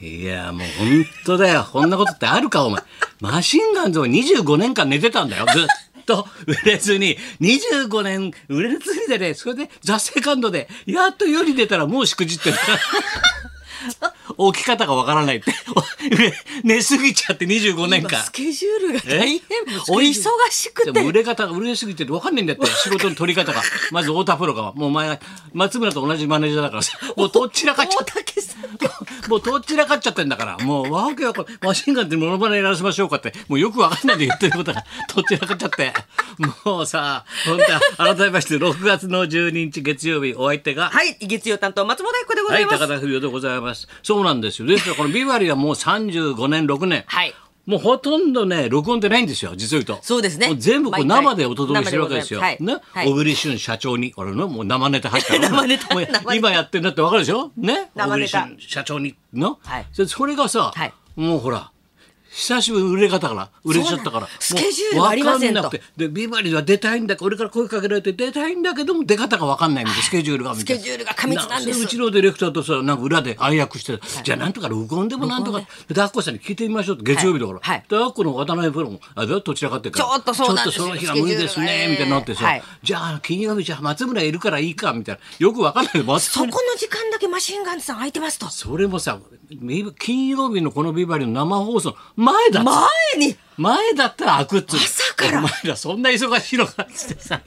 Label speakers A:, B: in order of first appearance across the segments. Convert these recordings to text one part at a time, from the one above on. A: いやもう本当だよこんなことってあるかお前マシンガンズを25年間寝てたんだよずっと売れずに25年売れずにでねそれで「ザ・セカンドでやっと世に出たらもうしくじって る置き方がわからないって寝すぎちゃって25年間
B: スケジュールが
A: え
B: 大変お
A: おい
B: 忙しく
A: でも
B: て
A: 売れ方、売れすぎてて分かんないんだって、仕事の取り方が。まず太田プロが、もうお前が、松村と同じマネージャーだからさ、もうどっちらかっちゃ
B: 大
A: っ
B: 竹さんが
A: もうどっちらかっちゃってんだから、もう、わけわかんマシンガンってモノマネやらせましょうかって、もうよくわかんないで言ってることが、 どっちらかっちゃって。もうさ、本当改めまして、6月の12日月曜日、お相手が、
B: はい月曜担当松本彦でござ
A: はいい、
B: ます
A: 高田文夫でございます。そうなんですよ。ですから、このビバリーはもう35年、6年。
B: はい
A: もうほとんどね、録音でないんですよ、実を言うと。
B: そうですね
A: も全部こう
B: 毎回
A: 生でお届けしてるわけですよ。
B: 生でござ
A: ね
B: いますはいはい
A: 小栗旬社長に、俺のもう生ネタ入ったの。
B: 生ネタ
A: もう
B: 生ネタ
A: 今やってるんだってわかるでしょね小
B: 生
A: 栗
B: ネタ
A: 旬社長に、の、
B: はい
A: それそれがさ、
B: はい
A: もうほら、久しぶりに売れ方から、売れちゃったから。もう
B: そうなんスケジュールがありませんと
A: わかなくてで、ビバリーは出たいんだけど、俺から声かけられて出たいんだけども、出方がわかんないみたいな、スケジュールがみたいな。
B: スケジュールが過密なんです
A: それうちのディレクターとさなんか裏で暗躍して、じゃあなんとか録音でもなんとかダッコさんに聞いてみましょうって月曜日だから、
B: はいはい
A: ダッコの渡辺プロもあどっちらかっていうから
B: ちょっとそうなんです
A: ちょ
B: よ
A: っとその日は無理です
B: スケジュールが
A: ね
B: ね
A: みたいになってさ、
B: はい
A: じゃあ金曜日じゃあ松村いるからいいかみたいなよくわかんないけど松
B: そこ
A: 村
B: の時間だけマシンガンズさん空いてますと
A: それもさビバ金曜日のこのビバリーの生放送の前だっつう
B: 前に
A: 前だったら開くっつうの
B: 朝から
A: お前らそんな忙しいのかっつってさ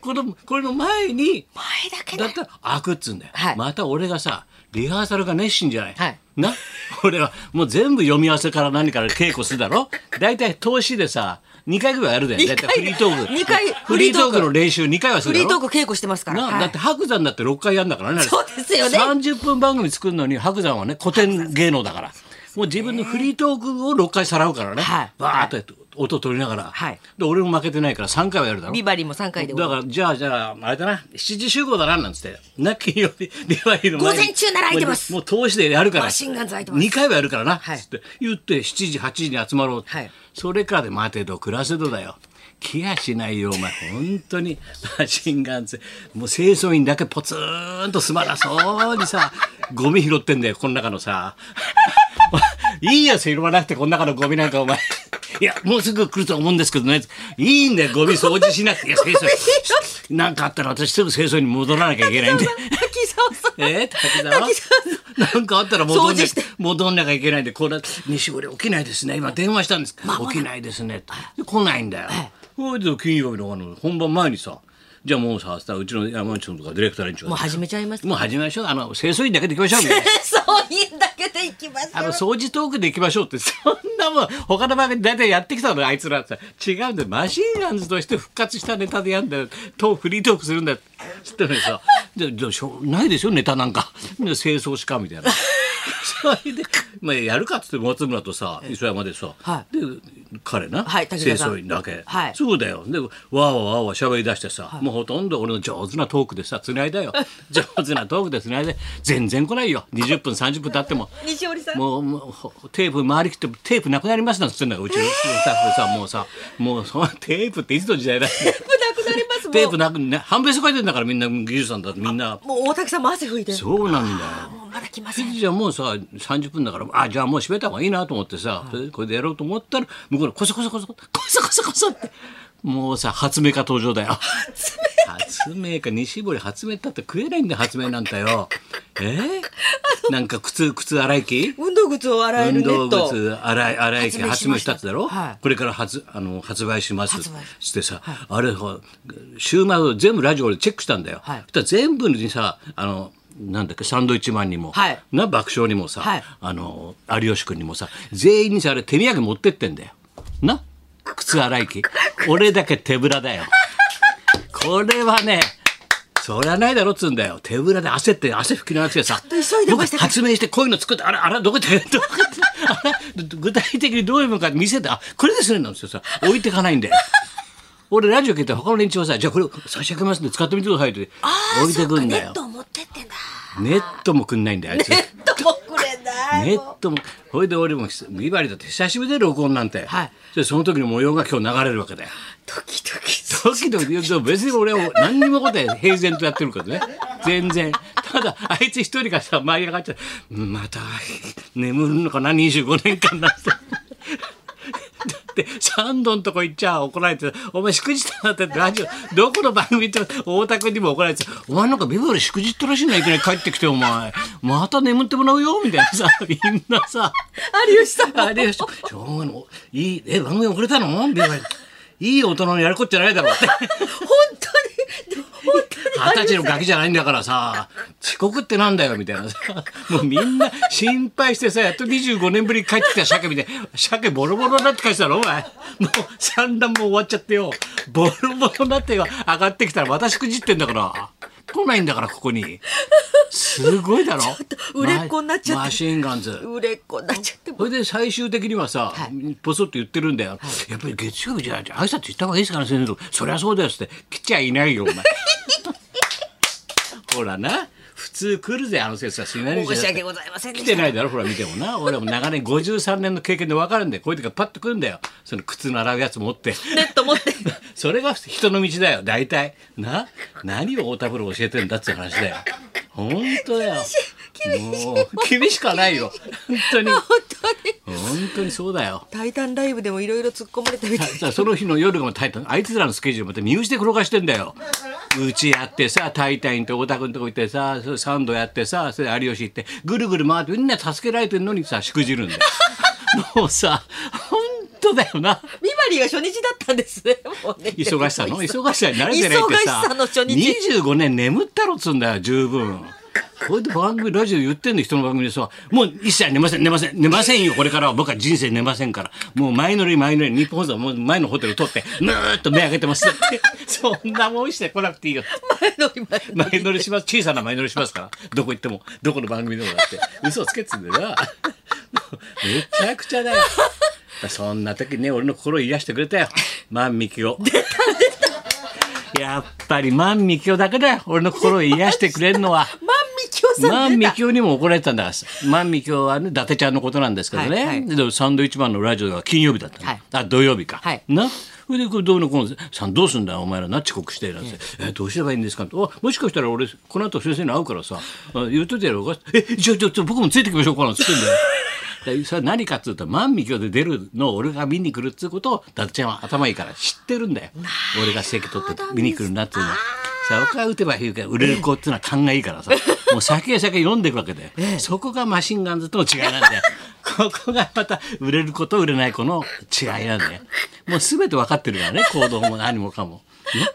A: このこれの前に
B: 前だけ
A: だ
B: だ
A: ったら開くっつうんだよ、
B: はい
A: また俺がさリハーサルが熱心じゃない、
B: はい
A: な 俺はもう全部読み合わせから何から稽古するだろ大体投資でさ2回ぐらいやるだよ大
B: 二
A: 体
B: 回
A: フリートーク
B: 二回
A: フリートークの練習2回はす
B: フ
A: る
B: リ
A: だ
B: ー
A: ろ
B: トーク稽古してますから
A: な
B: はい
A: だって白山だって6回やんだからねあれ
B: そうですよね
A: 30分番組作るのに白山はね古典芸能だからもう自分のフリートークを6回さらうからね、
B: はい
A: わーっとやって音取りながら、
B: はい
A: で俺も負けてないから3回はやるだろ
B: ビバリーも3回で
A: だからじゃあじゃああれだな7時集合だななんつってな金曜日リバイーの前に
B: 午前中なら空いてます
A: もう投資でやるから
B: マシンガンズ空いてます
A: 2回はやるからな、
B: はい
A: つって言って7時8時に集まろう、
B: はい
A: それからで待てど暮らせどだよ気やしないよお前本当にマシンガンズもう清掃員だけポツンとすまなそうにさゴミ拾ってんだよこの中のさ いいやつ拾わなくてこの中のゴミなんかお前いやもうすぐ来ると思うんですけどねいいんだよゴミ掃除しなくていや清掃員なんかあったら私すぐ清掃員に戻らなきゃいけないんで。
B: 滝沢さん
A: えー、滝沢
B: 滝沢
A: なんかあったら戻ん
B: 掃
A: な
B: 除して
A: 戻んなきゃいけないんでこれ西堀起きないですね今電話したんです起きないですねってで来ないんだよそれで金曜日のあの本番前にさじゃあもうささうちの山内さんとかディレクター連中が
B: もう始めちゃいます
A: もう始めましょうあの清掃員だけで行きましょうみたいな
B: そういうだけでいきます
A: あの
B: よ
A: 掃除トークで行きましょうって そんなもん他の番組大体やってきたのあいつらって違うんだよマシンガンズとして復活したネタでやんだよとフリートークするんだよつってのにさ「ででしょないでしょネタなんかで清掃しか」みたいな。それで、まあ、やるかっつって松村とさ磯山でさ、
B: は
A: で彼な、
B: はい
A: 清
B: 滝沢さん
A: 掃員だけ、
B: はい
A: そうだよでわーわーわーわー喋り出してさ、もうほとんど俺の上手なトークでさつないだよ上手なトークでつないで全然来ないよ20分30分経っても
B: 西堀さん
A: もうもうほテープ回りきってテープなくなりますなんつってんだからうちのスタッフさもうさもうそのテープっていつの時代だよ
B: テープなくなりますもう
A: テープなくね半分書いてんだからみんな技術さんだってみんな
B: もう大竹さんも汗拭いて
A: そうなんだよ
B: もうまだ来ません
A: じゃあもうさ30分だからあじゃあもう閉めた方がいいなと思ってさ、それでこれでやろうと思ったら向こうのコソコソコソコソコソコソってもうさ発明家登場だよ 発明家西堀発明だって食えないんだよ発明なんだよえー、なんか靴靴洗い機
B: 運動靴を洗え
A: 運
B: るネ
A: 動
B: ット
A: 靴洗い洗い機発
B: 発明
A: 明
B: し
A: し
B: ました
A: たってだろ、
B: はい
A: これから発あの発売します
B: 発売
A: してさ、あれほ週末を全部ラジオでチェックしたんだよ、
B: はい
A: そしたら全部にさあのなんだっけサンドイッチマンにも、
B: はい
A: な爆笑にもさ、
B: はい
A: あの有吉君にもさ全員にさあれ手土産持ってってんだよな靴洗い 機俺だけ手ぶらだよこれはねそりゃないだろっつうんだよ手ぶらで焦って汗拭きながらさ
B: と急いでまし
A: 僕
B: た
A: 発明してこういうの作ってあらあらどこでど こであら具体的にどういうものか見せてあこれですねなんですよさ置いてかないんだよ俺ラジオ聞いて他の連中はさじゃあこれ差し上げますんで使ってみてくださいって
B: あー
A: 置いてくんだ
B: そ
A: よ
B: っかネットを持ってってんだ
A: ネットもくんないんだよあいつ
B: ネットもくれない
A: ネットもほいで俺も久ビバリーだって久しぶりで録音なんて、
B: はい
A: でその時の模様が今日流れるわけだよ
B: ドキドキす
A: 時々言うと別に俺は何にもことや平然とやってるからね全然ただあいつ一人がさ舞い上がっちゃううんまた眠るのかな25年間なんてだってサンドのとこ行っちゃ怒られてお前しくじったなってラジオどこの番組行っても太田君にも怒られてお前なんかビブリしくじったらしいないきなり帰ってきてお前また眠ってもらうよみたいなさみんなさ。
B: 有吉さん
A: あれよし、しょうがない。いい、え、番組遅れたのみたいな。いい大人のやるこっちゃないだろうって。
B: 本当に本
A: 二
B: 当
A: 十歳
B: に
A: のガキじゃないんだからさ、遅刻ってなんだよ、みたいなさ。もうみんな心配してさ、やっと25年ぶりに帰ってきた鮭みたいな。鮭ボロボロになって帰ってたのお前。もう産卵も終わっちゃってよ。ボロボロになってよ上がってきたら私くじってんだから。来ないんだから、ここに。すごいだろ。
B: 売れっ子になっちゃって
A: マシンガンズ。
B: 売れっ子になっちゃって
A: それで最終的にはさ、ポソッと言ってるんだよ、やっぱり月曜日じゃない挨拶行った方がいいですかね先生とそりゃそうだよっつって来ちゃいないよお 前ほらな普通来るぜあの先生はしないでしょ
B: 申し訳ございませんで
A: 来
B: した
A: てないだろほら見てもな俺も長年53年の経験で分かるんだよこういう時はパッと来るんだよその靴の洗うやつ持って
B: ネット持って
A: それが人の道だよ大体な何を太田プロ教えてんだって話だよ本当だよもう厳しくはないよ本当に
B: 本当に
A: 本当にそうだよ
B: タイタンライブでもいろいろ突っ込まれたみたい
A: さあその日の夜もタイタンあいつらのスケジュールまた身内で転がしてんだようちやってさタイタインと太田君のとこ行ってさそれサンドやってさそれ有吉行ってぐるぐる回ってみんな助けられてるのにさしくじるん だよもうさ本当だよな
B: ビバリーが初日だったんですねもうね
A: 忙しさ の忙しさに慣れてないってさ
B: 忙しさの初日
A: 25年眠ったろっつうんだよ十分これで番組ラジオで言ってんの人の番組でさもう一切寝ません寝ません寝ませんよこれからは僕は人生寝ませんからもう前乗り前乗り日本放送はもう前のホテル取ってぬーっと目開けてますだって そんなもんしてこなくていいよ
B: 前乗り前乗り
A: 前乗りします小さな前乗りしますからどこ行ってもどこの番組でもだって嘘をつけっつうんだよなもうめちゃくちゃだよそんな時ね俺の心を癒してくれたよ万美キをやっぱり万美キをだけだよ俺の心を癒してくれるのは
B: 万美京さ
A: 万
B: ん出
A: 美
B: た
A: キにも怒られてたんだから万美キはね伊達ちゃんのことなんですけどね、
B: はいはい
A: でもサンドイッチマンのラジオが金曜日だったの、
B: はい
A: あ土曜日か、
B: はい
A: なそれでこうどうのこうのさんどうすんだよお前らな遅刻してなんて、えどうすればいいんですかっておもしかしたら俺この後先生に会うからさあ言っといてやろうかえじゃあじゃあじゃあ僕もついてきましょうかなんつってんだよ だからそれは何かっつうと万美京で出るのを俺が見に来るっつうことを伊達ちゃんは頭いいから知ってるんだよ俺が席取って見に来るなっつうのはさあ僕は打てばいいから売れる子っていうのは勘がいいから さもう先へ先へ読んでいくわけだよ、そこがマシンガンズとの違いなんだよここがまた売れる子と売れない子の違いなんだよもう全て分かってるからね行動も何もかも。ね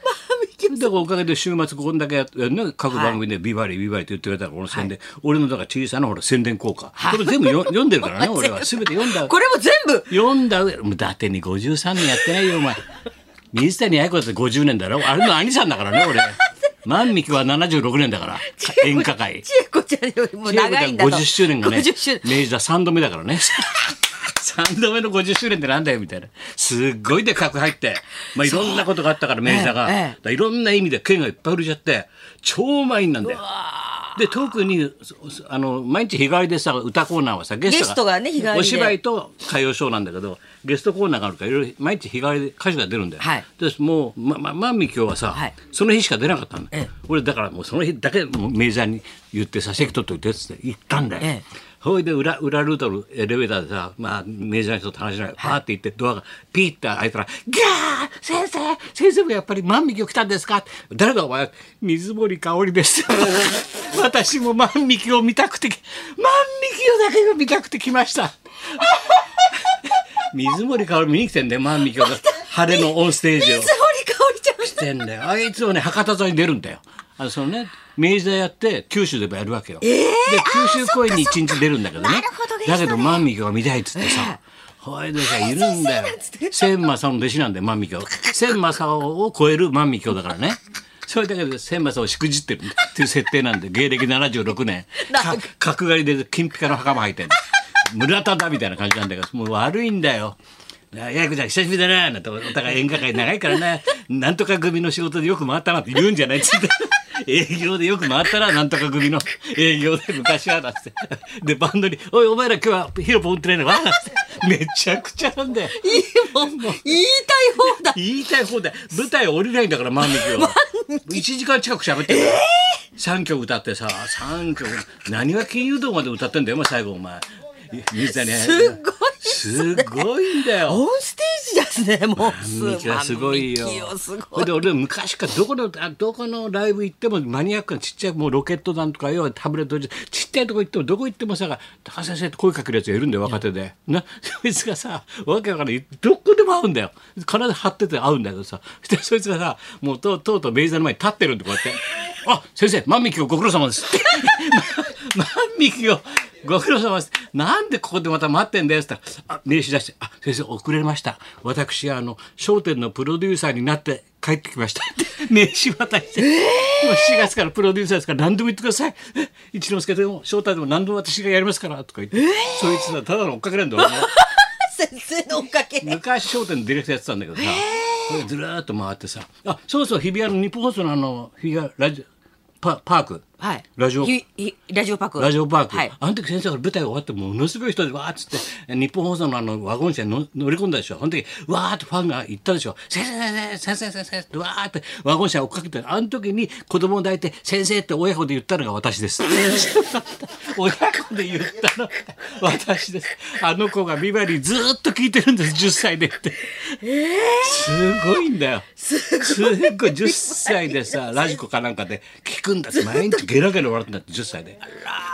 A: だからおかげで週末ここんだけやって、ね、各番組でビバリービバリーって言ってくれたから、俺の宣伝、俺のだから小さなほら宣伝効果、これ全部よ読んでるからね、俺は。 全て読んだ
B: これも全部
A: 読んだ上、もう伊達に53年やってないよ、お前。水谷彩子だって50年だろ。あれの兄さんだからね、俺。万美希は76年だから、演歌界。
B: 千恵子ちゃんよりも長いんだと
A: 50周年がね、明
B: 50
A: 治
B: 周年
A: 座3度目だからね。3度目の50周年ってなんだよみたいな。すっごいでかく入って。まあいろんなことがあったから、明治座が。
B: ええ
A: だからいろんな意味で剣がいっぱい売れちゃって、超満員なんだよ。で特にそそあの毎日日替わりでさ歌コーナーはさゲストが
B: ゲストがね日替わりで
A: お芝居と歌謡ショーなんだけどゲストコーナーがあるからいろいろ毎日日替わりで歌手が出るんだよ、
B: はい
A: でもうまままんみきょうはさ、
B: はい
A: その日しか出なかったんだ、
B: ええ
A: 俺だからもうその日だけもうメジャーに言ってさ席取っといてっつって行ったんだよ、
B: ええ
A: ほいで裏裏ルートのエレベーターでさ、まあ、メジャーの人と話しながらパーって行ってドアがピーって開いたら「ギャー先生先生もやっぱり万引きを来たんですか?」誰だお前水森かおりです私も万引きを見たくてき万引きをだけが見たくて来ま した」水森かおり見に来てんだよ万引 きを晴れのオンステージを
B: 水。森かおりちゃん
A: してんだよあいつはね博多座に出るんだよあのそのね明治座やって九州でもやるわけよ、で九州公演に一日出るんだけどね
B: なるほどゲスト
A: だ
B: ね
A: けど万美京が見たいっつってさ、ほいでさいるんだよ
B: 先生なんつって
A: 千正の弟子なんだよ万美京千正を超える万美京だからねそれだけど千正をしくじってるっていう設定なんで芸歴76年
B: なん
A: か
B: か
A: 角刈りで金ピカの袴履いてんの村田だみたいな感じなんだけどもう悪いんだよ。八重子ちゃん久しぶりだななんてお互い演歌界長いからななんとか組の仕事でよく回ったなって言うんじゃないっつって営業でよく回ったらなんとか組の営業で昔はなんつってでバンドに「おいお前ら今日はヒロポン打ってないのか?」なんつってめちゃくちゃなんだよ
B: いいもん、言いたい放題。
A: 言いたい放題舞台降りないんだから万力を1時間近く喋ってる、三3曲歌ってさ3曲何は金融道まで歌ってんだよお前最後お前水谷
B: すごい。
A: すごいんだよ
B: オンステージですね、もう。
A: ミキはすごいよ
B: 万力。をす
A: そ
B: ご
A: れ
B: い。
A: で俺昔からどこのあどこのライブ行ってもマニアックなちっちゃいもうロケット弾とか要はタブレットでちっちゃいとこ行ってもどこ行ってもさ高橋先生って声かけるやつがいるんだよ若手で。な そいつがさわけわからないどこでも会うんだよ体張ってて会うんだけどさそしてそいつがさもうとうとうとう明治座の前に立ってるんでこうやって「あ先生万力をご苦労様です」って 「万力をご苦労様です。なんでここでまた待ってんだよ」って言ったらあ名刺出して「あ先生遅れました私あの『笑点』のプロデューサーになって帰ってきました」って名刺渡して「もう4月からプロデューサーですから何でも言ってください」「一之輔でも翔太でも何でも私がやりますから」とか言って、そいつはただの追っかけなん だよ。俺も
B: 先生のおかげ。
A: 昔『笑点』のディレクターやってたんだけどさそれずらーっと回ってさあそうそう日比谷の日本放送のあの日比谷ラジオパパーク、
B: はい。
A: ラジオ
B: ひひラジオパーク。
A: ラジオパーク、
B: はい。
A: あの時先生が舞台が終わってものすごい人でわーっつって日本放送のあのワゴン車に乗乗り込んだでしょその時わーっとファンが行ったでしょ「先生先生先生先生」ってわーってワゴン車追っかけてあの時に子供を抱いて「先生」って親子で言ったのが私 です親子で言ったのが私ですあの子がビバリーずーっと聞いてるんです10歳でって、すごいんだよ
B: すごい
A: すっごい10歳でさラジコかなんかで聞くんだって毎日ゲラゲラ笑ってんだって10歳で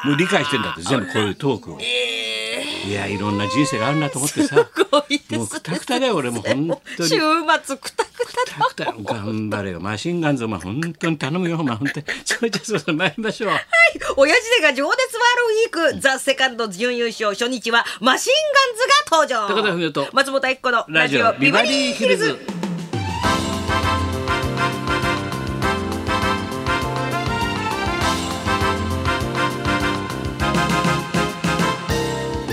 A: もう理解してんだって全部こういうトークをいやいろんな人生があるなと思ってさ
B: すごいですね
A: もうくたくただよ俺もう本当
B: 週
A: に
B: 末くたくただ
A: くたくた頑張れよマシンガンズお前本当に頼むよお前本当にそれじゃあそろそろ参りましょう
B: 親父が情熱ワールドウィーク、ザ・セカンド準優勝初日はマシンガンズが登場
A: 高田文夫と
B: 松本明子の
A: ラ
B: ラ
A: ジ
B: ジ
A: オ
B: オ
A: ビ
B: ビ
A: バ
B: バ
A: リ
B: リ
A: ー
B: ー
A: ヒ
B: ヒ
A: ル
B: ル
A: ズ
B: ズ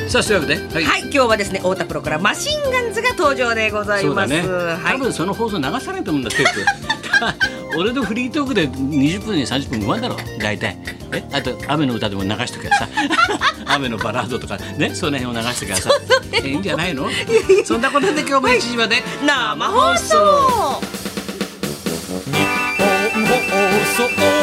A: さあそういうわけでは
B: はい今日はですね太田プロからマシンガンズが登場でござい
A: そうだ
B: ます、
A: ね、
B: は
A: 多
B: い
A: 分その放送流さないと思うんだテープ 俺のフリートークで20分に30分終わるだろ大体えあと雨の歌でも流しとけばさ 雨のバラードとかねその辺を流しとけばさいいんじゃないのそんなことで今日も1時まで
B: 生放送
A: 放送